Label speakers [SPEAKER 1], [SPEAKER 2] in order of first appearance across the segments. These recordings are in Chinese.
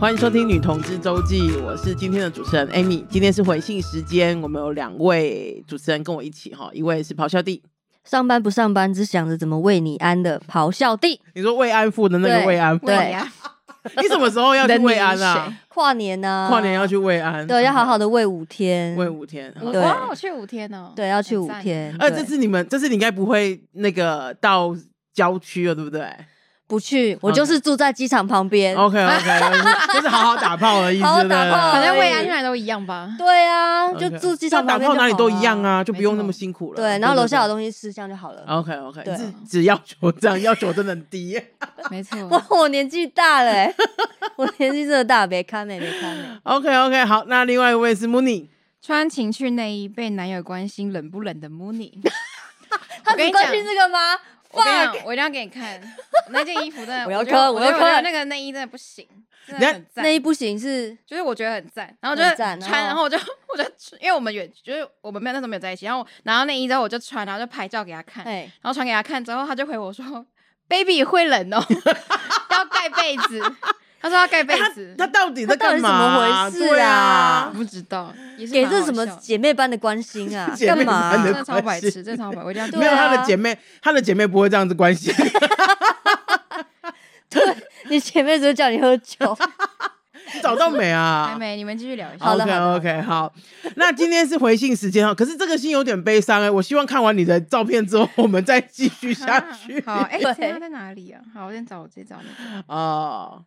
[SPEAKER 1] 欢迎收听《女同志周记》，我是今天的主持人 Amy。今天是回信时间，我们有两位主持人跟我一起哈，一位是咆哮帝，
[SPEAKER 2] 上班不上班，只想着怎么为你安的咆哮帝。
[SPEAKER 1] 你说慰安妇的那个
[SPEAKER 2] 对
[SPEAKER 1] 慰 安妇，
[SPEAKER 2] 对，
[SPEAKER 1] 你什么时候要去慰安 啊？
[SPEAKER 2] 跨年呢、
[SPEAKER 1] 跨年要去慰安，
[SPEAKER 2] 对，要好嗯好的喂五天，
[SPEAKER 1] 慰五天。
[SPEAKER 3] 我
[SPEAKER 2] 对
[SPEAKER 3] 哇，我去五天哦，
[SPEAKER 2] 对，要去
[SPEAKER 3] 很
[SPEAKER 2] 五
[SPEAKER 3] 赞，
[SPEAKER 2] 天。
[SPEAKER 1] 呃，
[SPEAKER 2] 对
[SPEAKER 1] 这次你们，这次你应该不会那个到郊区了，对不对
[SPEAKER 2] 不去，我就是住在机场旁边。
[SPEAKER 1] ？OK OK，就是好好打炮的意思，
[SPEAKER 2] 好好
[SPEAKER 1] 对不对
[SPEAKER 2] 打炮
[SPEAKER 3] 反正
[SPEAKER 2] 哎
[SPEAKER 3] 慰安哪都一样吧。
[SPEAKER 2] 对啊，就
[SPEAKER 1] OK
[SPEAKER 2] 住机场
[SPEAKER 1] 但打
[SPEAKER 2] 旁边
[SPEAKER 1] 炮
[SPEAKER 2] 就好
[SPEAKER 1] 哪里都一样
[SPEAKER 2] 了。
[SPEAKER 1] 啊，就不用
[SPEAKER 3] 没
[SPEAKER 1] 那
[SPEAKER 3] 什
[SPEAKER 1] 么
[SPEAKER 3] 么
[SPEAKER 1] 辛苦了。
[SPEAKER 2] 对，然后楼下有
[SPEAKER 1] 东。
[SPEAKER 2] 东西吃，这样就好了。
[SPEAKER 1] OK OK，
[SPEAKER 2] 对
[SPEAKER 1] 只只要求这样，要求真的很低。
[SPEAKER 3] 没错，
[SPEAKER 2] 哇，我年纪大了、欸， 我年纪真的大，别看没别看没。
[SPEAKER 1] OK OK，好，那另外一位是 Mooney，
[SPEAKER 3] 穿情趣内衣被男友关心冷不冷 的 Mooney，
[SPEAKER 2] 他
[SPEAKER 3] 我跟
[SPEAKER 2] 只
[SPEAKER 3] 你
[SPEAKER 2] 关心
[SPEAKER 3] 讲
[SPEAKER 2] 这个吗？
[SPEAKER 3] 我跟你讲，我一定要给你看那件衣服，真的，
[SPEAKER 2] 我要
[SPEAKER 3] 觉得
[SPEAKER 2] 看我
[SPEAKER 3] 我觉得
[SPEAKER 2] 要
[SPEAKER 3] 我觉得
[SPEAKER 2] 看
[SPEAKER 3] 那个内衣真的不行，真
[SPEAKER 1] 你
[SPEAKER 3] 的
[SPEAKER 1] 看
[SPEAKER 3] 很赞
[SPEAKER 2] 内。衣不行是
[SPEAKER 3] 就是我觉得很赞，然后我
[SPEAKER 2] 很
[SPEAKER 3] 就
[SPEAKER 2] 赞然
[SPEAKER 3] 穿，然
[SPEAKER 2] 后
[SPEAKER 3] 后我就 我就因为我们远，就是我们没有那时候没有在一起，然后我拿到内衣之后我就穿，然后就拍照给他看，
[SPEAKER 2] 哎，
[SPEAKER 3] 然后传给他看之后，他就回我说：“baby 会冷哦， 要盖被子。”他说要盖被 子，
[SPEAKER 1] 他到底在干嘛、
[SPEAKER 2] 他到底怎么回事
[SPEAKER 1] 对
[SPEAKER 2] 啊
[SPEAKER 1] 啊？？
[SPEAKER 3] 不知道，也是
[SPEAKER 2] 给
[SPEAKER 3] 蛮好
[SPEAKER 2] 这什么
[SPEAKER 3] 笑的
[SPEAKER 2] 姐妹般的关心啊
[SPEAKER 1] 姐
[SPEAKER 2] 干
[SPEAKER 1] 妹
[SPEAKER 2] 嘛
[SPEAKER 1] 般的
[SPEAKER 3] 真
[SPEAKER 2] 啊？
[SPEAKER 3] 的超白
[SPEAKER 1] 关系
[SPEAKER 3] 痴，真的超白，我一 定要
[SPEAKER 2] 对
[SPEAKER 3] 讲
[SPEAKER 1] 没有
[SPEAKER 2] 啊
[SPEAKER 1] 他的姐妹，他的姐妹不会这样子关心。
[SPEAKER 2] 你姐妹只是叫你喝 酒。
[SPEAKER 1] 你找到没啊？
[SPEAKER 3] 还没，你们继续聊一下。
[SPEAKER 2] 好了
[SPEAKER 1] OK
[SPEAKER 2] 好了
[SPEAKER 1] OK，好，那今天是回信时间哈，可是这个信有点悲伤哎、我希望看完你的照片之后，我们再继续下 去。
[SPEAKER 3] 好，哎，
[SPEAKER 2] 对
[SPEAKER 3] 这样在哪里啊？好，我先找，我直接找那个。
[SPEAKER 1] 哦，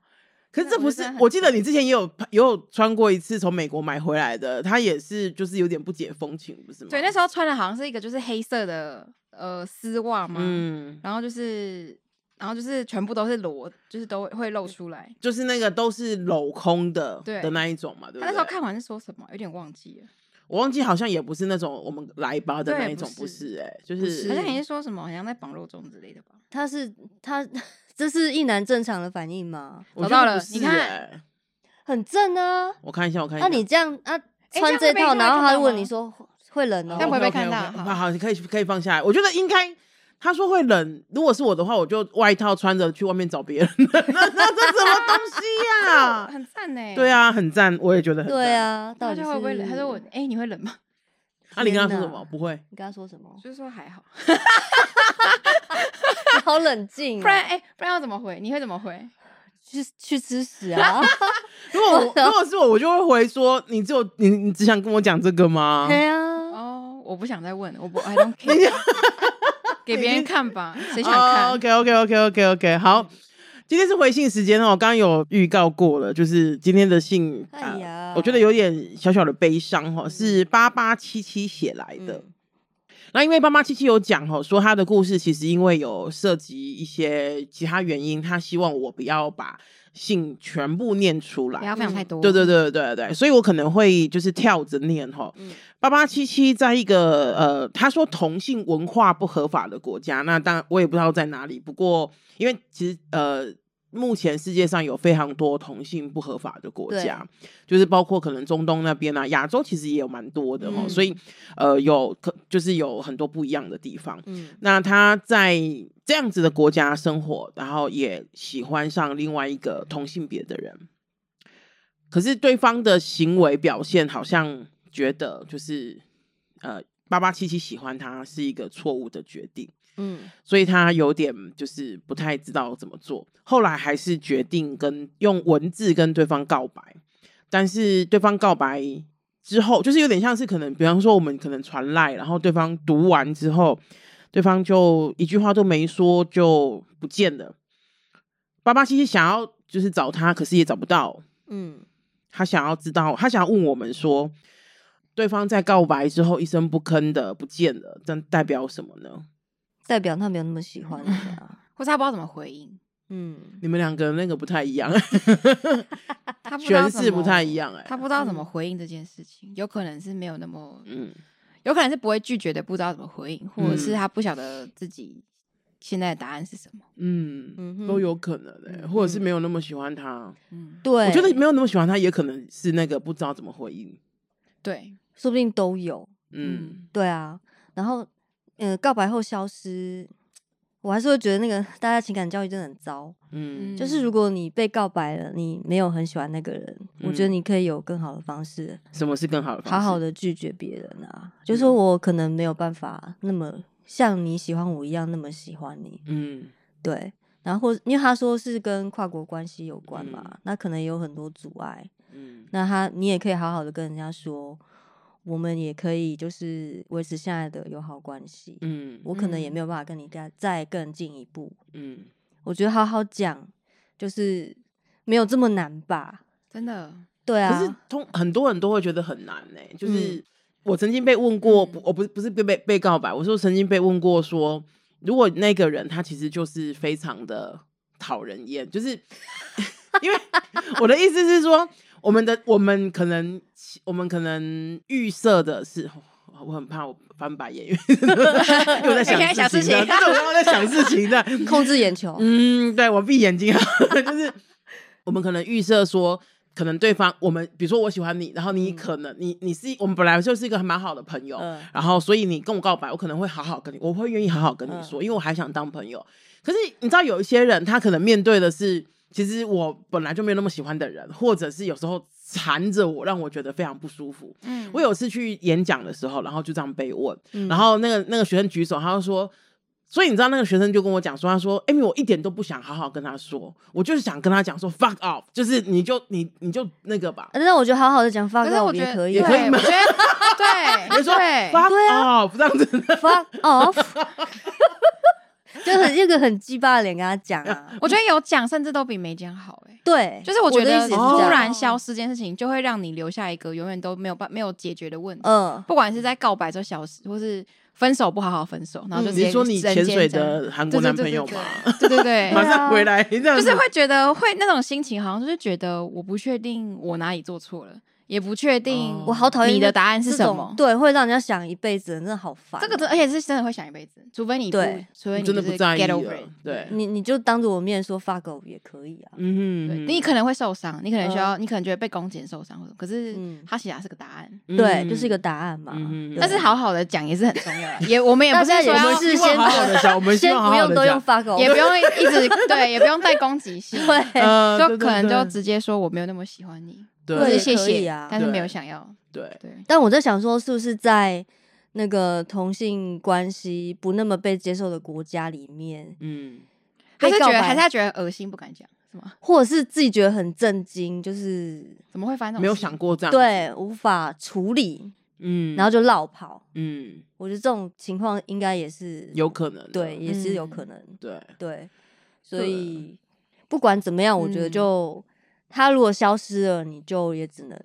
[SPEAKER 1] 可是这
[SPEAKER 3] 那
[SPEAKER 1] 不
[SPEAKER 3] 我
[SPEAKER 1] 是
[SPEAKER 3] 真的，很
[SPEAKER 1] 我记得你之前也有也有穿过一次从美国买回来的，它也是就是有点不解风情，不是吗？
[SPEAKER 3] 对，那时候穿的好像是一个就是黑色的呃丝袜嘛，
[SPEAKER 1] 嗯，
[SPEAKER 3] 然后就是然后就是全部都是裸，就是都会露出来。
[SPEAKER 1] 就是那个都是镂空的
[SPEAKER 3] 对
[SPEAKER 1] 的那一种嘛，对
[SPEAKER 3] 他
[SPEAKER 1] 不
[SPEAKER 3] 那时候
[SPEAKER 1] 对？
[SPEAKER 3] 看完是说什么，有点忘记了。
[SPEAKER 1] 我忘记好像也不是那种我们来吧的
[SPEAKER 3] 对
[SPEAKER 1] 那一种，
[SPEAKER 3] 不
[SPEAKER 1] 不
[SPEAKER 3] 是
[SPEAKER 1] 是哎，就
[SPEAKER 2] 不
[SPEAKER 1] 是
[SPEAKER 3] 好像你是说什么，好像在绑肉粽之类的吧？
[SPEAKER 2] 他是他， 这是一男正常的反应吗？
[SPEAKER 1] 我
[SPEAKER 3] 找
[SPEAKER 1] 觉得
[SPEAKER 3] 到
[SPEAKER 1] 不
[SPEAKER 3] 了
[SPEAKER 1] 是
[SPEAKER 3] 你看
[SPEAKER 1] 欸
[SPEAKER 2] 很正啊。
[SPEAKER 1] 我看一下，我看一
[SPEAKER 2] 那、
[SPEAKER 1] 下，
[SPEAKER 2] 你这样啊，
[SPEAKER 3] 这
[SPEAKER 2] 穿
[SPEAKER 3] 样
[SPEAKER 2] 这
[SPEAKER 3] 会被
[SPEAKER 2] 套，
[SPEAKER 3] 看
[SPEAKER 2] 然后
[SPEAKER 3] 到
[SPEAKER 2] 他问
[SPEAKER 3] 吗
[SPEAKER 2] 你说会冷哦、
[SPEAKER 3] 这样会不会看
[SPEAKER 1] OK，OK，OK，好
[SPEAKER 3] 到好
[SPEAKER 1] 好，你可以可以放下来。我觉得应该他说会冷，如果是我的话，我就外套穿着去外面找别人。那 那这什么东西呀、
[SPEAKER 3] 很赞呢。
[SPEAKER 1] 对啊，很赞，我也觉得很赞。
[SPEAKER 2] 对，啊，到
[SPEAKER 3] 他
[SPEAKER 2] 底
[SPEAKER 3] 就是会不会冷？他说我，哎、你会冷吗？？
[SPEAKER 1] 那、啊你跟他说
[SPEAKER 2] 天
[SPEAKER 1] 什
[SPEAKER 2] 哪
[SPEAKER 1] 么？不会，
[SPEAKER 2] 你跟他说什么
[SPEAKER 3] 就是说还好，
[SPEAKER 1] 嗯
[SPEAKER 2] 你好冷静、啊
[SPEAKER 3] 不然哎、不然要怎么回？你会怎么回？
[SPEAKER 2] 去去吃屎啊！
[SPEAKER 1] 如果我如果是我，我就会回说，你只有你你只想跟我讲这个 吗？
[SPEAKER 2] 对啊，
[SPEAKER 3] 哦，我不想再问了，我不 I don't care，给别人看吧，谁想看？
[SPEAKER 1] o k 哦 OK OK OK OK，好。今天是回信时间哦，刚刚有预告过了，就是今天的信，呃
[SPEAKER 2] 哎呀
[SPEAKER 1] 我觉得有点小小的悲伤哦，是八八七七写来的。
[SPEAKER 2] 嗯
[SPEAKER 1] 那因为爸妈七七有讲哦，说他的故事其实因为有涉及一些其他原因，他希望我不要把信全部念出来
[SPEAKER 3] 不。要分享太多。
[SPEAKER 1] 嗯对对对对对对，所以我可能会就是跳着念哦哈。
[SPEAKER 2] 嗯
[SPEAKER 1] 八八七七在一个呃，他说同性文化不合法的国家，那当然我也不知道在哪里。不过因为其实呃，目前世界上有非常多同性不合法的国家，就是包括可能中东那边啊，亚洲其实也有蛮多的哈、
[SPEAKER 2] 嗯
[SPEAKER 1] 所以呃有可就是有很多不一样的地方。
[SPEAKER 2] 嗯，
[SPEAKER 1] 那他在这样子的国家生活，然后也喜欢上另外一个同性别的人，可是对方的行为表现好像觉得就是呃八八七七喜欢他是一个错误的决定，
[SPEAKER 2] 嗯，
[SPEAKER 1] 所以他有点就是不太知道怎么做。后来还是决定跟用文字跟对方告白，但是对方告白之后，就是有点像是可能，比方说我们可能传赖，然后对方读完之后，对方就一句话都没说就不见了。八八七七想要就是找他，可是也找不到。
[SPEAKER 2] 嗯，
[SPEAKER 1] 他想要知道，他想要问我们说，对方在告白之后一声不吭的不见了，这代表什么呢？
[SPEAKER 2] 代表他没有那么喜欢你 啊。
[SPEAKER 3] 或是他不知道怎么回应，
[SPEAKER 2] 嗯，
[SPEAKER 1] 你们两个那个不太一样，
[SPEAKER 3] 他不知道
[SPEAKER 1] 诠
[SPEAKER 3] 怎
[SPEAKER 1] 释不
[SPEAKER 3] 么
[SPEAKER 1] 太一，样哎、
[SPEAKER 3] 他不知道怎么回应这件事情，有可能是没有那么，
[SPEAKER 1] 嗯，
[SPEAKER 3] 有可能是不会拒绝的，不知道怎么回应，或者是
[SPEAKER 1] 嗯
[SPEAKER 3] 他不晓得自己现在的答案是什么。
[SPEAKER 1] 嗯
[SPEAKER 2] 嗯哼
[SPEAKER 1] 都有可能哎、
[SPEAKER 3] 嗯
[SPEAKER 1] 或者是没有那么喜欢他。
[SPEAKER 3] 嗯，
[SPEAKER 2] 对，
[SPEAKER 1] 我觉得没有那么喜欢他，也可能是那个不知道怎么回应。
[SPEAKER 3] 对，
[SPEAKER 2] 说不定都有。
[SPEAKER 1] 嗯，
[SPEAKER 2] 对啊，然后嗯、呃告白后消失，我还是会觉得那个大家情感教育真的很糟。
[SPEAKER 1] 嗯
[SPEAKER 2] 就是如果你被告白了，你没有很喜欢那个人，我觉得你可以有更好的方式，
[SPEAKER 1] 什么是更好的嗯方式？嗯
[SPEAKER 2] 好好的拒绝别人啊。就是说我可能没有办法那么像你喜欢我一样那么喜欢你，
[SPEAKER 1] 嗯
[SPEAKER 2] 对。然后或因为他说是跟跨国关系有关嘛，
[SPEAKER 1] 嗯
[SPEAKER 2] 那可能有很多阻碍。
[SPEAKER 1] 嗯
[SPEAKER 2] 那他你也可以好好的跟人家说，我们也可以就是维持现在的友好关系。
[SPEAKER 1] 嗯
[SPEAKER 2] 我可能也
[SPEAKER 3] 嗯
[SPEAKER 2] 没有办法跟你再再更进一步，
[SPEAKER 1] 嗯，
[SPEAKER 2] 我觉得好好讲，就是没有这么难吧？
[SPEAKER 3] 真的，
[SPEAKER 2] 对
[SPEAKER 1] 可是
[SPEAKER 2] 啊，
[SPEAKER 1] 通很多人都会觉得很难呢、就是、
[SPEAKER 2] 嗯
[SPEAKER 1] 我曾经被问过，不
[SPEAKER 3] 嗯，
[SPEAKER 1] 我不是不是被被被告白，我说曾经被问过说，如果那个人他其实就是非常的讨人厌， 就是因为我的意思是说，我们的我们可能我们可能预设的是。 我很怕我翻白眼，因为 因为我在
[SPEAKER 3] 你在
[SPEAKER 1] 想
[SPEAKER 3] 想
[SPEAKER 1] 事
[SPEAKER 3] 事
[SPEAKER 1] 情 的，
[SPEAKER 3] 情
[SPEAKER 1] 真的我在想事情啊的，
[SPEAKER 2] 控制眼球，
[SPEAKER 1] 嗯，对我闭眼睛啊， 就是我们可能预设说，可能对方我们比如说我喜欢你，然后你
[SPEAKER 2] 嗯
[SPEAKER 1] 可能、你你是我们本来就是一个蛮好的朋友，
[SPEAKER 2] 嗯
[SPEAKER 1] 然后所以你跟我告白，我可能会好好跟你，我会愿意好好跟你
[SPEAKER 2] 嗯
[SPEAKER 1] 说，因为我还想当朋友。可是你知道有一些人，他可能面对的是。其实我本来就没有那么喜欢的人，或者是有时候缠着我，让我觉得非常不舒服。
[SPEAKER 3] 嗯
[SPEAKER 1] 我有次去演讲的时候，然后就这样被问，
[SPEAKER 2] 嗯
[SPEAKER 1] 然后那个那个学生举手，他就说，所以你知道那个学生就跟我讲说，他说，Amy，我一点都不想好好跟他说，我就是想跟他讲说 fuck off，就是你就你你就那个吧，
[SPEAKER 2] 但是我觉得好好的讲发
[SPEAKER 3] 可是
[SPEAKER 2] 告
[SPEAKER 3] 我
[SPEAKER 2] 我
[SPEAKER 3] 觉
[SPEAKER 2] 也
[SPEAKER 3] 得
[SPEAKER 2] 可以
[SPEAKER 1] 也
[SPEAKER 2] 啊，
[SPEAKER 1] 可以
[SPEAKER 3] 对
[SPEAKER 1] 吗
[SPEAKER 3] 我觉得
[SPEAKER 1] 你
[SPEAKER 3] 啊对
[SPEAKER 1] 说
[SPEAKER 3] 对啊
[SPEAKER 1] fuck
[SPEAKER 2] 对
[SPEAKER 1] off 这样子，
[SPEAKER 2] fuck off，就很一个很鸡巴的脸跟他讲 啊，
[SPEAKER 3] 我觉得有讲甚至都比没讲好哎、
[SPEAKER 2] 对，
[SPEAKER 3] 就是我
[SPEAKER 2] 的
[SPEAKER 3] 觉
[SPEAKER 2] 意
[SPEAKER 3] 得
[SPEAKER 2] 思也是
[SPEAKER 1] 哦
[SPEAKER 2] 这
[SPEAKER 3] 突
[SPEAKER 2] 样
[SPEAKER 3] 然消，失这件事情，就会让你留下一个永远都没有办没有解决的问题。
[SPEAKER 2] 嗯，
[SPEAKER 3] 不管是在告白之后消失，或是分手不好好分 手，然后就
[SPEAKER 2] 嗯
[SPEAKER 3] 直接
[SPEAKER 1] 你说你
[SPEAKER 3] 人
[SPEAKER 1] 潜
[SPEAKER 3] 间
[SPEAKER 1] 水
[SPEAKER 3] 蒸
[SPEAKER 1] 的韩
[SPEAKER 3] 对
[SPEAKER 1] 国
[SPEAKER 3] 对
[SPEAKER 1] 男
[SPEAKER 3] 对
[SPEAKER 1] 朋友
[SPEAKER 3] 对
[SPEAKER 1] 嘛，
[SPEAKER 3] 对对对， 啊
[SPEAKER 1] 马上回来，这样
[SPEAKER 3] 就
[SPEAKER 1] 子
[SPEAKER 3] 是会觉得会那种心情，好像就是觉得我不确定我哪里做错了，也不确定
[SPEAKER 1] 哦
[SPEAKER 2] 我好讨厌
[SPEAKER 3] 你的
[SPEAKER 2] 这
[SPEAKER 3] 答案是
[SPEAKER 2] 这
[SPEAKER 3] 什
[SPEAKER 2] 种
[SPEAKER 3] 么。
[SPEAKER 2] 对，会让人家想一辈子，真的好烦哦。
[SPEAKER 3] 这个真，而且是真的哎会想一辈子，除非你不
[SPEAKER 2] 对，
[SPEAKER 3] 除非你
[SPEAKER 1] 真的
[SPEAKER 3] 就是
[SPEAKER 1] 不在意
[SPEAKER 3] get over
[SPEAKER 1] 了
[SPEAKER 3] it，，
[SPEAKER 1] 对，
[SPEAKER 2] 你你就当着我面说发狗也可以啊，
[SPEAKER 1] 嗯
[SPEAKER 3] 对
[SPEAKER 1] 哼，
[SPEAKER 3] 你可能会受伤，你可能需要，你可能觉得被攻击受伤或者，可是
[SPEAKER 2] 嗯
[SPEAKER 3] 他写的是个答案，
[SPEAKER 2] 对，就是一个答案嘛
[SPEAKER 1] 嗯嗯嗯。
[SPEAKER 2] 对
[SPEAKER 3] 但是好好的讲也是很重要的， 也我们也不
[SPEAKER 2] 大
[SPEAKER 3] 是
[SPEAKER 2] 家
[SPEAKER 3] 说
[SPEAKER 2] 也
[SPEAKER 3] 要
[SPEAKER 1] 我们
[SPEAKER 2] 是
[SPEAKER 1] 希望
[SPEAKER 2] 先
[SPEAKER 1] 好好的讲，我们希
[SPEAKER 2] 先
[SPEAKER 1] 望好
[SPEAKER 2] 不
[SPEAKER 1] 好
[SPEAKER 2] 用
[SPEAKER 1] 的
[SPEAKER 2] 都用
[SPEAKER 1] 讲，
[SPEAKER 2] 发狗，
[SPEAKER 3] 也不用一直对，也不用带攻击 性，
[SPEAKER 2] 对，
[SPEAKER 1] 呃
[SPEAKER 3] 就
[SPEAKER 1] 对对
[SPEAKER 3] 可能就
[SPEAKER 1] 对
[SPEAKER 3] 直接说我没有那么喜欢你，或
[SPEAKER 2] 对
[SPEAKER 3] 者
[SPEAKER 1] 对
[SPEAKER 3] 谢
[SPEAKER 2] 可以
[SPEAKER 3] 谢
[SPEAKER 2] 啊，
[SPEAKER 3] 但是没有
[SPEAKER 1] 对
[SPEAKER 3] 想要，
[SPEAKER 1] 对，
[SPEAKER 3] 对，
[SPEAKER 2] 但我在想说，是不是在那个同性关系不那么被接受的国家里面，
[SPEAKER 1] 嗯。
[SPEAKER 3] 还是
[SPEAKER 2] 被告
[SPEAKER 3] 觉得
[SPEAKER 2] 白
[SPEAKER 3] 还是他觉得恶心不敢讲，是吗？
[SPEAKER 2] 或者是自己觉得很震惊，就是
[SPEAKER 3] 怎么会发生这种事？
[SPEAKER 1] 没有想过这样，，
[SPEAKER 2] 对无法处理，
[SPEAKER 1] 嗯，
[SPEAKER 2] 然后就落跑？
[SPEAKER 1] 嗯，
[SPEAKER 2] 我觉得这种情况应该也是
[SPEAKER 1] 有可能的，
[SPEAKER 2] 对，也是有
[SPEAKER 3] 嗯
[SPEAKER 2] 可能、
[SPEAKER 1] 对，
[SPEAKER 2] 对，所以不管怎么样，我觉得
[SPEAKER 3] 嗯
[SPEAKER 2] 就、他如果消失了，你就也只能。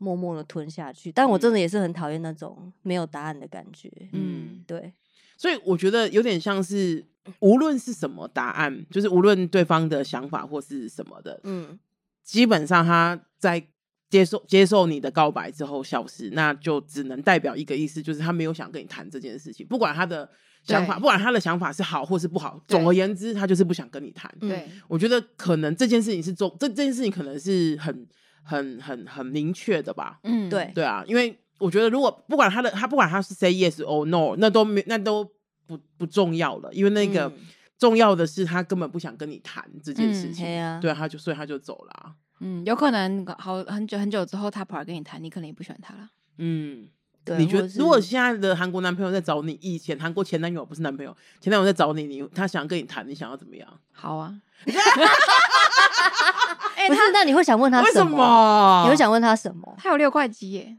[SPEAKER 2] 默默的吞下去，但我真的也是很讨厌那种没有答案的感觉。
[SPEAKER 1] 嗯
[SPEAKER 3] 嗯，
[SPEAKER 2] 对，
[SPEAKER 1] 所以我觉得有点像是，
[SPEAKER 2] 嗯
[SPEAKER 1] 无论是什么答案，就是无论对方的想法或是什么的，
[SPEAKER 2] 嗯，
[SPEAKER 1] 基本上他在接受接受你的告白之后消失，那就只能代表一个意思，就是他没有想跟你谈这件事情，不管他的想法，
[SPEAKER 3] 对
[SPEAKER 1] 不管他的想法是好或是不好，
[SPEAKER 3] 对
[SPEAKER 1] 总而言之，他就是不想跟你谈。
[SPEAKER 2] 嗯
[SPEAKER 3] 对，
[SPEAKER 1] 我觉得可能这件事情是重，这这件事情可能是很很很很明确的吧，
[SPEAKER 3] 嗯
[SPEAKER 2] 对
[SPEAKER 1] 对啊，因为我觉得如果不管他的他不管他是 say yes or no，那都没那都不不重要了，因为那个、
[SPEAKER 2] 嗯
[SPEAKER 1] 重要的是他根本不想跟你谈这件事
[SPEAKER 3] 嗯
[SPEAKER 1] 情，
[SPEAKER 2] 嘿啊
[SPEAKER 1] 对啊，他就所以他就走了啊、
[SPEAKER 3] 嗯，有可能好很久很久之后，他跑来跟你谈，你可能也不喜欢他了。
[SPEAKER 1] 嗯。
[SPEAKER 2] 对
[SPEAKER 1] 你觉
[SPEAKER 2] 或
[SPEAKER 1] 得
[SPEAKER 2] 者是
[SPEAKER 1] 如果现在的韩国男朋友在找你，以前韩国前男友不是男朋友，前男友在找你，你他想跟你谈，你想要怎么样？
[SPEAKER 3] 好啊，
[SPEAKER 2] 不是，那你会想问他
[SPEAKER 1] 为
[SPEAKER 2] 什
[SPEAKER 1] 什
[SPEAKER 2] 么？
[SPEAKER 1] 么？
[SPEAKER 2] 你会想问他什么？
[SPEAKER 3] 他有六块肌耶，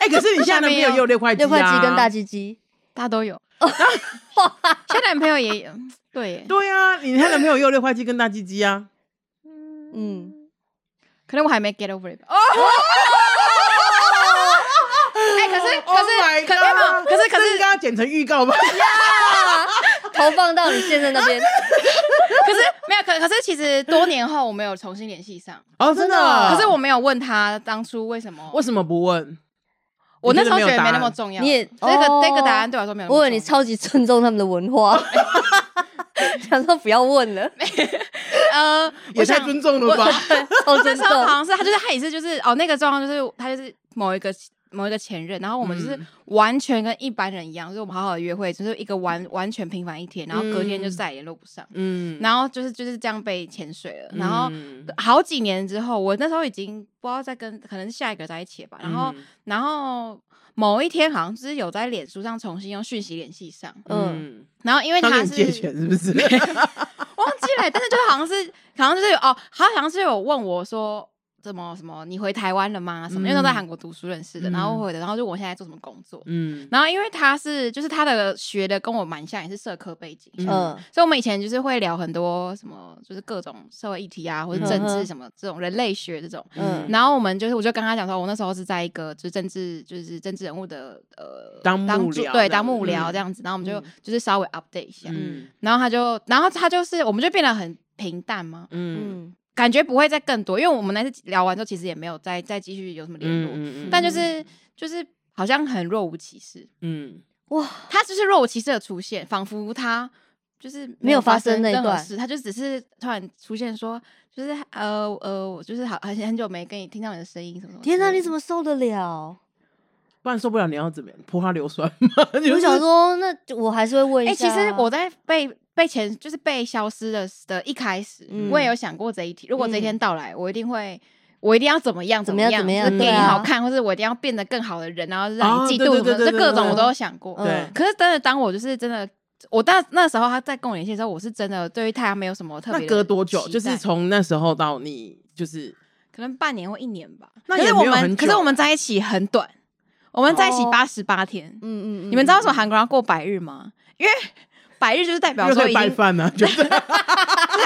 [SPEAKER 1] 哎、可是你现在男朋友也有六块肌、啊，
[SPEAKER 2] 六块鸡跟大鸡鸡，
[SPEAKER 3] 大家都有。现在男朋友也嗯对耶，
[SPEAKER 1] 对啊，你她男朋友也有六块肌跟大鸡鸡啊，
[SPEAKER 2] 嗯，
[SPEAKER 3] 可能我还没 get over it 吧。哦，哎，可是
[SPEAKER 1] Oh
[SPEAKER 3] 可是
[SPEAKER 1] my
[SPEAKER 3] 可是
[SPEAKER 1] God
[SPEAKER 3] 可是可
[SPEAKER 1] 这
[SPEAKER 3] 是
[SPEAKER 1] 应该要剪成预告吧？
[SPEAKER 2] 投放到你现在那边，
[SPEAKER 3] 可是没有可可是其实多年后我们有重新联系上，
[SPEAKER 1] 哦，真的
[SPEAKER 2] 真的
[SPEAKER 1] 哦。
[SPEAKER 3] 可是我没有问他当初为什么，
[SPEAKER 1] 为什么不问？
[SPEAKER 3] 我那时候
[SPEAKER 1] 你
[SPEAKER 3] 觉
[SPEAKER 1] 觉得没有答
[SPEAKER 3] 得没
[SPEAKER 1] 案
[SPEAKER 3] 那么重要。
[SPEAKER 2] 你也
[SPEAKER 3] 这个
[SPEAKER 2] 哦
[SPEAKER 3] 这个答案对我来说没有那么重要。
[SPEAKER 2] 我以为你超级尊重他们的文化，想说不要问了，
[SPEAKER 3] 呃，
[SPEAKER 1] 也
[SPEAKER 3] 我
[SPEAKER 1] 太
[SPEAKER 3] 想
[SPEAKER 1] 尊重了吧？
[SPEAKER 2] 超
[SPEAKER 3] 那
[SPEAKER 2] 尊
[SPEAKER 3] 时候好
[SPEAKER 2] 重。
[SPEAKER 3] 像是他，就是他也是就是哦，那个状况就是他就是某一个某一个前任，然后我们就是
[SPEAKER 1] 嗯
[SPEAKER 3] 完全跟一般人一样，就是我们好好的约会，就是一个完完全平凡一天，然后隔天就
[SPEAKER 1] 嗯
[SPEAKER 3] 再也联络不上，
[SPEAKER 1] 嗯
[SPEAKER 3] 然后就是就是这样被潜水了，然后。
[SPEAKER 1] 嗯
[SPEAKER 3] 好几年之后，我那时候已经不知道在跟可能是下一个在一起吧，然后、
[SPEAKER 1] 嗯
[SPEAKER 3] 然后某一天好像就是有在脸书上重新用讯息联系上，
[SPEAKER 2] 嗯，
[SPEAKER 1] 嗯，
[SPEAKER 3] 然后因为
[SPEAKER 1] 他
[SPEAKER 3] 他
[SPEAKER 1] 跟
[SPEAKER 3] 是
[SPEAKER 1] 你借钱是不是？
[SPEAKER 3] 忘记了，但是就好像是，好像就是有哦，他好像是有问我说。怎么什么？你回台湾了吗？什么？因为都在
[SPEAKER 1] 嗯
[SPEAKER 3] 韩国读书认识的，
[SPEAKER 1] 嗯
[SPEAKER 3] 然后回的，然后就问我现在做什么工作。
[SPEAKER 1] 嗯
[SPEAKER 3] 然后因为他是就是他的学的跟我蛮像，也是社科背景，
[SPEAKER 1] 嗯
[SPEAKER 2] 嗯
[SPEAKER 3] 所以我们以前就是会聊很多什么，就是各种社会议题啊，或者政
[SPEAKER 2] 嗯
[SPEAKER 3] 治
[SPEAKER 2] 哼
[SPEAKER 3] 什么这种人类学这种。
[SPEAKER 2] 嗯
[SPEAKER 3] 然后我们就是，我就跟他讲说，我那时候是在一个就是政治就是政治人物的呃
[SPEAKER 1] 当幕
[SPEAKER 3] 主
[SPEAKER 1] 僚这
[SPEAKER 3] 对
[SPEAKER 1] 样
[SPEAKER 3] 当幕
[SPEAKER 1] 子
[SPEAKER 3] 僚
[SPEAKER 1] 嗯
[SPEAKER 3] 这样子，然后我们就、
[SPEAKER 1] 嗯
[SPEAKER 3] 就是稍微 update 一下，
[SPEAKER 1] 嗯
[SPEAKER 3] 然后他就然后他就是我们就变得很平淡嘛，
[SPEAKER 1] 嗯
[SPEAKER 2] 嗯
[SPEAKER 3] 感觉不会再更多，因为我们那次聊完之后其实也没有再再继续有什么联
[SPEAKER 1] 嗯
[SPEAKER 3] 络，
[SPEAKER 1] 嗯，
[SPEAKER 3] 但就是就是好像很若无其事，
[SPEAKER 1] 嗯
[SPEAKER 2] 哇，
[SPEAKER 3] 他就是若无其事的出现，仿佛他就是
[SPEAKER 2] 没有发生那一
[SPEAKER 3] 任何
[SPEAKER 2] 段
[SPEAKER 3] 事，他就只是突然出现说，就是呃呃，我就是好很很久没跟你听到你的声音什么什么之类
[SPEAKER 2] 天
[SPEAKER 3] 的。
[SPEAKER 2] 哪，你怎么受得了？
[SPEAKER 1] 不然受不了，你要怎么样 泼他硫酸吗？就
[SPEAKER 2] 我
[SPEAKER 1] 是
[SPEAKER 2] 想说，那我还是会问
[SPEAKER 3] 哎、
[SPEAKER 2] 一
[SPEAKER 3] 其
[SPEAKER 2] 下啊。
[SPEAKER 3] 实我在被被前就是被消失的的一开始，
[SPEAKER 2] 嗯
[SPEAKER 3] 我也有想过这一题。如果这一
[SPEAKER 1] 嗯
[SPEAKER 3] 天到来，我一定会。我一定要怎么样？
[SPEAKER 2] 怎
[SPEAKER 3] 么
[SPEAKER 2] 么样怎么样
[SPEAKER 3] 就是给
[SPEAKER 1] 对
[SPEAKER 3] 你
[SPEAKER 1] 啊
[SPEAKER 3] 好看，或者我一定要变得更好的人，然后让
[SPEAKER 1] 哦
[SPEAKER 3] 你嫉
[SPEAKER 1] 对对
[SPEAKER 3] 妒什么的，
[SPEAKER 1] 对对
[SPEAKER 3] 这各
[SPEAKER 1] 对嗯
[SPEAKER 3] 种我
[SPEAKER 2] 对
[SPEAKER 3] 都有想过。
[SPEAKER 2] 嗯
[SPEAKER 1] 对
[SPEAKER 3] 可是真的，当我就是真的，我当那时候他在跟我联系的时候，我是真的对于他没有什么特别
[SPEAKER 1] 那
[SPEAKER 3] 的
[SPEAKER 1] 隔多久？
[SPEAKER 3] 期
[SPEAKER 1] 就是
[SPEAKER 3] 待
[SPEAKER 1] 从那时候到你就是
[SPEAKER 3] 可能半年或一年吧。
[SPEAKER 1] 那
[SPEAKER 3] 可
[SPEAKER 1] 也
[SPEAKER 3] 是
[SPEAKER 1] 没
[SPEAKER 3] 我
[SPEAKER 1] 有
[SPEAKER 3] 们
[SPEAKER 1] 很
[SPEAKER 3] 可是
[SPEAKER 1] 久
[SPEAKER 3] 我们在一起很短，我们在一起
[SPEAKER 2] 哦
[SPEAKER 3] 八十八天。
[SPEAKER 2] 嗯，嗯嗯，
[SPEAKER 3] 你们知道为什么
[SPEAKER 2] 嗯
[SPEAKER 3] 韩国人要过百日吗？因为百日就是代表
[SPEAKER 1] 又
[SPEAKER 3] 说
[SPEAKER 1] 可
[SPEAKER 3] 已
[SPEAKER 1] 以拜
[SPEAKER 3] 经
[SPEAKER 1] 饭呢，就是
[SPEAKER 3] 在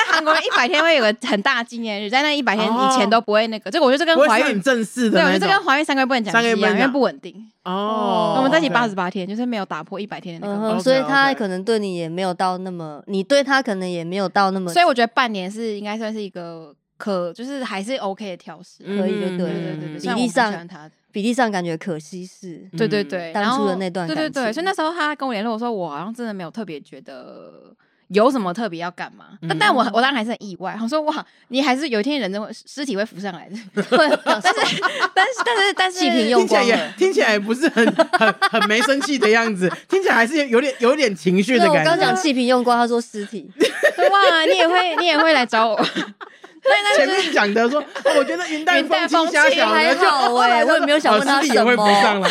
[SPEAKER 3] 韩国人一百天会有个很大纪念日，在那一百天以前
[SPEAKER 1] 哦
[SPEAKER 3] 都不会那个。这个我觉得这
[SPEAKER 1] 不
[SPEAKER 3] 跟
[SPEAKER 1] 会
[SPEAKER 3] 怀
[SPEAKER 1] 是很
[SPEAKER 3] 孕，
[SPEAKER 1] 正式
[SPEAKER 3] 对，
[SPEAKER 1] 的那
[SPEAKER 3] 我觉得这跟
[SPEAKER 1] 种。
[SPEAKER 3] 怀孕三个月不能讲
[SPEAKER 1] 三
[SPEAKER 3] 是
[SPEAKER 1] 个月
[SPEAKER 3] 一样，
[SPEAKER 1] 不能
[SPEAKER 3] 因为
[SPEAKER 1] 讲
[SPEAKER 3] 不稳定。
[SPEAKER 1] 哦，
[SPEAKER 3] 我们在一起
[SPEAKER 1] OK
[SPEAKER 3] 八十，八天，就是没有打破一百天的那
[SPEAKER 2] 嗯
[SPEAKER 3] 个。
[SPEAKER 2] 哼，
[SPEAKER 1] OK，
[SPEAKER 2] 所以他
[SPEAKER 1] OK
[SPEAKER 2] 可能对你也没有到那么，你对他可能也没有到那么，
[SPEAKER 3] 所以我觉得半年是应该算是一个可，就是还是 OK 的调试。
[SPEAKER 1] 嗯
[SPEAKER 2] 可以就
[SPEAKER 1] 嗯
[SPEAKER 2] 对
[SPEAKER 3] 对
[SPEAKER 2] 了
[SPEAKER 3] 对对对，
[SPEAKER 1] 嗯
[SPEAKER 3] 虽然
[SPEAKER 2] 比例
[SPEAKER 3] 我不喜
[SPEAKER 2] 上
[SPEAKER 3] 欢他的
[SPEAKER 2] 比例上感觉可惜是，
[SPEAKER 3] 对对
[SPEAKER 1] 嗯
[SPEAKER 3] 对，
[SPEAKER 2] 当
[SPEAKER 3] 然
[SPEAKER 2] 初的
[SPEAKER 3] 后
[SPEAKER 2] 那段
[SPEAKER 3] 对
[SPEAKER 2] 感
[SPEAKER 3] 对对，所以那
[SPEAKER 2] 情
[SPEAKER 3] 时候他跟我联络我说，我好像真的没有特别觉得有什么特别要干嘛，但但我我当然还是很意外，我说哇，你还是有一天人真会尸体会浮 上来的，
[SPEAKER 2] 会表示
[SPEAKER 3] 但是但是但是
[SPEAKER 2] 气瓶
[SPEAKER 1] 听
[SPEAKER 2] 用
[SPEAKER 1] 起来
[SPEAKER 2] 光
[SPEAKER 1] 也
[SPEAKER 2] 了。
[SPEAKER 1] 听起来也不是很很很没生气的样子，听起来还是有点有点情绪的
[SPEAKER 2] 对，我
[SPEAKER 1] 感
[SPEAKER 2] 刚
[SPEAKER 1] 觉
[SPEAKER 2] 讲。气瓶用光，他说尸体，
[SPEAKER 3] 哇，你也会你也会来找我，
[SPEAKER 1] 前面讲的说，哦我觉得云淡
[SPEAKER 3] 云
[SPEAKER 1] 风
[SPEAKER 3] 淡
[SPEAKER 1] 轻
[SPEAKER 3] 风
[SPEAKER 1] 瞎
[SPEAKER 3] 轻
[SPEAKER 1] 想
[SPEAKER 2] 还
[SPEAKER 1] 了，就
[SPEAKER 2] 好
[SPEAKER 1] 后来
[SPEAKER 2] 欸
[SPEAKER 1] 就
[SPEAKER 2] 我也没有想
[SPEAKER 1] 哦
[SPEAKER 2] 问他
[SPEAKER 1] 尸体也
[SPEAKER 2] 什
[SPEAKER 1] 会浮
[SPEAKER 2] 么
[SPEAKER 1] 上来。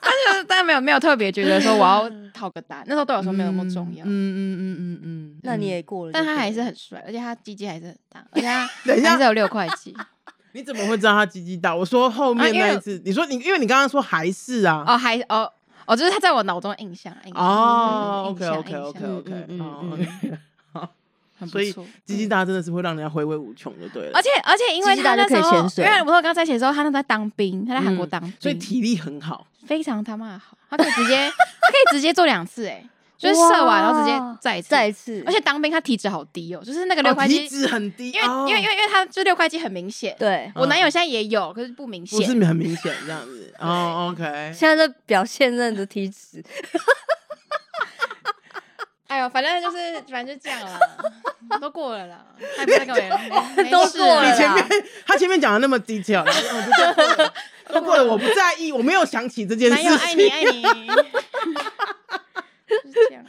[SPEAKER 3] 但是但没有没有特别觉得说我要讨个答案，那时候对我来说没有那么重要
[SPEAKER 1] 嗯。嗯嗯嗯嗯。
[SPEAKER 2] 那你也过了就
[SPEAKER 3] 但
[SPEAKER 2] 对了，
[SPEAKER 3] 他还是很帅，而且他鸡鸡还是很大，而 且他
[SPEAKER 1] 等一下
[SPEAKER 3] 还是有六块肌。
[SPEAKER 1] 你怎么会知道他鸡鸡大？我说后面
[SPEAKER 3] 啊因为
[SPEAKER 1] 那一次，你说你因为你刚刚说还是啊，
[SPEAKER 3] 哦，还哦哦，就是他在我脑中印象印象
[SPEAKER 1] 哦
[SPEAKER 3] 嗯印象
[SPEAKER 1] ，OK，OK，OK，
[SPEAKER 3] 印象
[SPEAKER 1] OK OK
[SPEAKER 2] 嗯
[SPEAKER 1] OK，
[SPEAKER 2] 嗯嗯
[SPEAKER 1] 哦
[SPEAKER 2] 嗯
[SPEAKER 1] OK，
[SPEAKER 3] 很
[SPEAKER 1] 所
[SPEAKER 3] 不
[SPEAKER 1] 以
[SPEAKER 3] 错。嗯
[SPEAKER 1] 鸡鸡大真的是会让人家回味无穷，就对了。
[SPEAKER 3] 而且而且，因为
[SPEAKER 2] 鸡蛋
[SPEAKER 3] 他那
[SPEAKER 2] 就可
[SPEAKER 3] 时
[SPEAKER 2] 以
[SPEAKER 3] 候，
[SPEAKER 2] 潜水
[SPEAKER 3] 因为我说刚在一起的时候，他那时候在当兵，他在韩国
[SPEAKER 1] 嗯
[SPEAKER 3] 当兵，
[SPEAKER 1] 所以体力很好，
[SPEAKER 3] 非常他妈好，他可以直接他可以直接做两次，哎，就是射完然后直接
[SPEAKER 2] 哇
[SPEAKER 3] 再一次，
[SPEAKER 2] 再一次，
[SPEAKER 3] 而且当兵他体脂好低哦，就是那个六
[SPEAKER 1] 哦
[SPEAKER 3] 块肌
[SPEAKER 1] 体，脂很低，
[SPEAKER 3] 因为
[SPEAKER 1] 哦
[SPEAKER 3] 因为因为因为他就六块肌很明显，
[SPEAKER 2] 对，
[SPEAKER 3] 我男友
[SPEAKER 1] 嗯
[SPEAKER 3] 现在也有，可是不明
[SPEAKER 1] 不
[SPEAKER 3] 显。
[SPEAKER 1] 是很明显这样子。哦，OK，
[SPEAKER 2] 现在在表现任的体脂，
[SPEAKER 3] 哎呦，反正就是反正就这样啦， 都过了啦，还不在跟我联络，没
[SPEAKER 2] 都
[SPEAKER 3] 事
[SPEAKER 2] 过了
[SPEAKER 1] 你
[SPEAKER 2] 啦
[SPEAKER 1] 前面他前面讲的那么 detail，然后我就过了都过了，我不在意，我没有想起这件事
[SPEAKER 3] 男友爱你
[SPEAKER 1] 情。
[SPEAKER 3] 爱你，就是这样。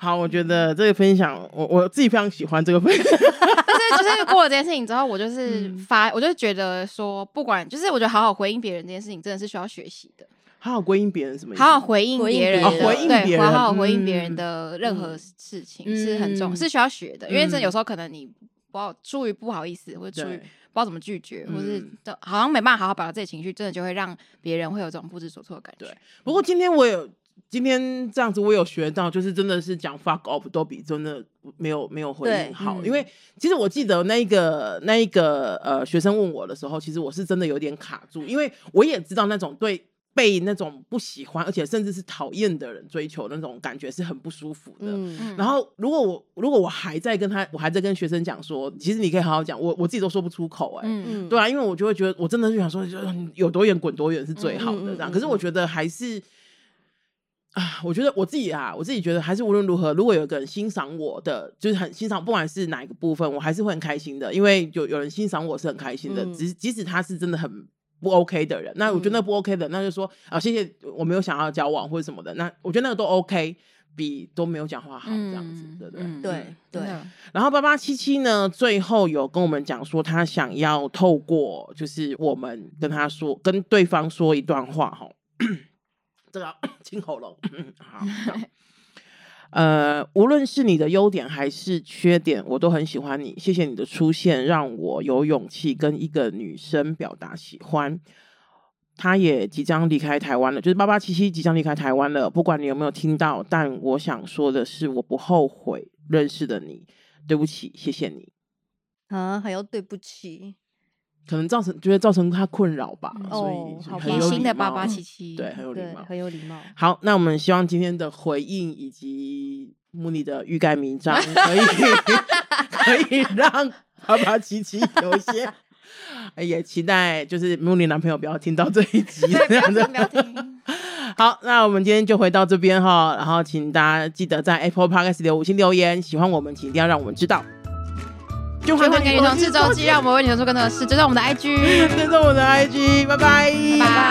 [SPEAKER 1] 好，我觉得这个分享，我我自己非常喜欢这个分享。
[SPEAKER 3] 但是就是过了这件事情之后，我就是
[SPEAKER 1] 嗯
[SPEAKER 3] 发，我就觉得说，不管就是我觉得好好回应别人这件事情，真的是需要学习的。
[SPEAKER 1] 好好归因别人什么意思？
[SPEAKER 3] 好好回应别人的，
[SPEAKER 2] 回应
[SPEAKER 1] 应
[SPEAKER 2] 别人哦回
[SPEAKER 3] 对
[SPEAKER 1] 别人
[SPEAKER 3] 好好回
[SPEAKER 1] 嗯
[SPEAKER 3] 应别人的任何事情、
[SPEAKER 1] 嗯
[SPEAKER 3] 是很重，
[SPEAKER 1] 嗯
[SPEAKER 3] 是需要学的。因为这
[SPEAKER 1] 嗯
[SPEAKER 3] 有时候可能你不好，出于不好意思，或者出于
[SPEAKER 1] 对
[SPEAKER 3] 不知道怎么拒绝，或是
[SPEAKER 1] 嗯
[SPEAKER 3] 都好像没办法好好表达自己的情绪，真的就会让别人会有这种不知所措的感觉
[SPEAKER 1] 对。不过今天我有今天这样子，我有学到，就是真的是讲 fuck off 都比真的没有没有回应
[SPEAKER 2] 对
[SPEAKER 1] 好，
[SPEAKER 3] 嗯
[SPEAKER 1] 因为其实我记得那一个那一个呃学生问我的时候，其实我是真的有点卡住，因为我也知道那种对。被那种不喜欢，而且甚至是讨厌的人追求那种感觉是很不舒服的。
[SPEAKER 2] 嗯，
[SPEAKER 3] 嗯
[SPEAKER 1] 然后，如果我如果我还在跟他，我还在跟学生讲说，其实你可以好好讲，我我自己都说不出口哎、
[SPEAKER 3] 嗯
[SPEAKER 2] 嗯
[SPEAKER 1] 对啊，因为我就会觉得，我真的就想说，就嗯有多远滚多远是最好
[SPEAKER 2] 嗯
[SPEAKER 1] 的
[SPEAKER 2] 嗯
[SPEAKER 1] 这样。
[SPEAKER 2] 嗯
[SPEAKER 1] 可是我觉得还是啊，我觉得我自己啊，我自己觉得还是无论如何，如果有一个人欣赏我的，就是很欣赏，不管是哪一个部分，我还是会很开心的，因为有有人欣赏我是很开心的，
[SPEAKER 2] 嗯
[SPEAKER 1] 只即使他是真的很不 OK 的人，那我觉得那不 OK 的，那就说啊，谢谢，我没有想要交往或者什么的，那我觉得那个都 OK，比都没有讲话好这样子，对不对？
[SPEAKER 3] 嗯
[SPEAKER 2] 对
[SPEAKER 3] 真
[SPEAKER 2] 对
[SPEAKER 3] 的
[SPEAKER 1] 然后八八七七呢，最后有跟我们讲说，他想要透过就是我们跟他说，跟对方说一段话哈。 这个要 清喉咙，好。这样呃，无论是你的优点还是缺点，我都很喜欢你。谢谢你的出现，让我有勇气跟一个女生表达喜欢。她也即将离开台湾了，就是八八七七即将离开台湾了。不管你有没有听到，但我想说的是，我不后悔认识的你。对不起，谢谢你。
[SPEAKER 2] 啊，还要对不起，
[SPEAKER 1] 可能造成觉得造成他困扰吧，
[SPEAKER 3] 嗯
[SPEAKER 1] 所
[SPEAKER 2] 哦
[SPEAKER 1] 以
[SPEAKER 2] 好
[SPEAKER 1] 很
[SPEAKER 2] 吧
[SPEAKER 1] 有
[SPEAKER 3] 贴
[SPEAKER 1] 礼
[SPEAKER 3] 心的八
[SPEAKER 1] 貌
[SPEAKER 3] 八七七，
[SPEAKER 1] 对，很有礼
[SPEAKER 2] 对
[SPEAKER 1] 貌，。
[SPEAKER 2] 很有礼貌。
[SPEAKER 1] 好，那我们希望今天的回应以及穆尼的欲盖弥彰， 可以可以让八八七七有一些，哎也期待就是穆尼男朋友不要听到这一集
[SPEAKER 3] 对，
[SPEAKER 1] 这
[SPEAKER 3] 不要
[SPEAKER 1] 样子
[SPEAKER 3] 听，。不要听，
[SPEAKER 1] 好，那我们今天就回到这边哈，然后请大家记得在 Apple Podcast 留五星留言，喜欢我们请一定要让我们知道。就
[SPEAKER 3] 就换给女同志周
[SPEAKER 1] 周
[SPEAKER 3] 记，让我们为女同志更多的事，就在我们的 IG，
[SPEAKER 1] 追踪我的 IG，拜拜，
[SPEAKER 3] 拜拜。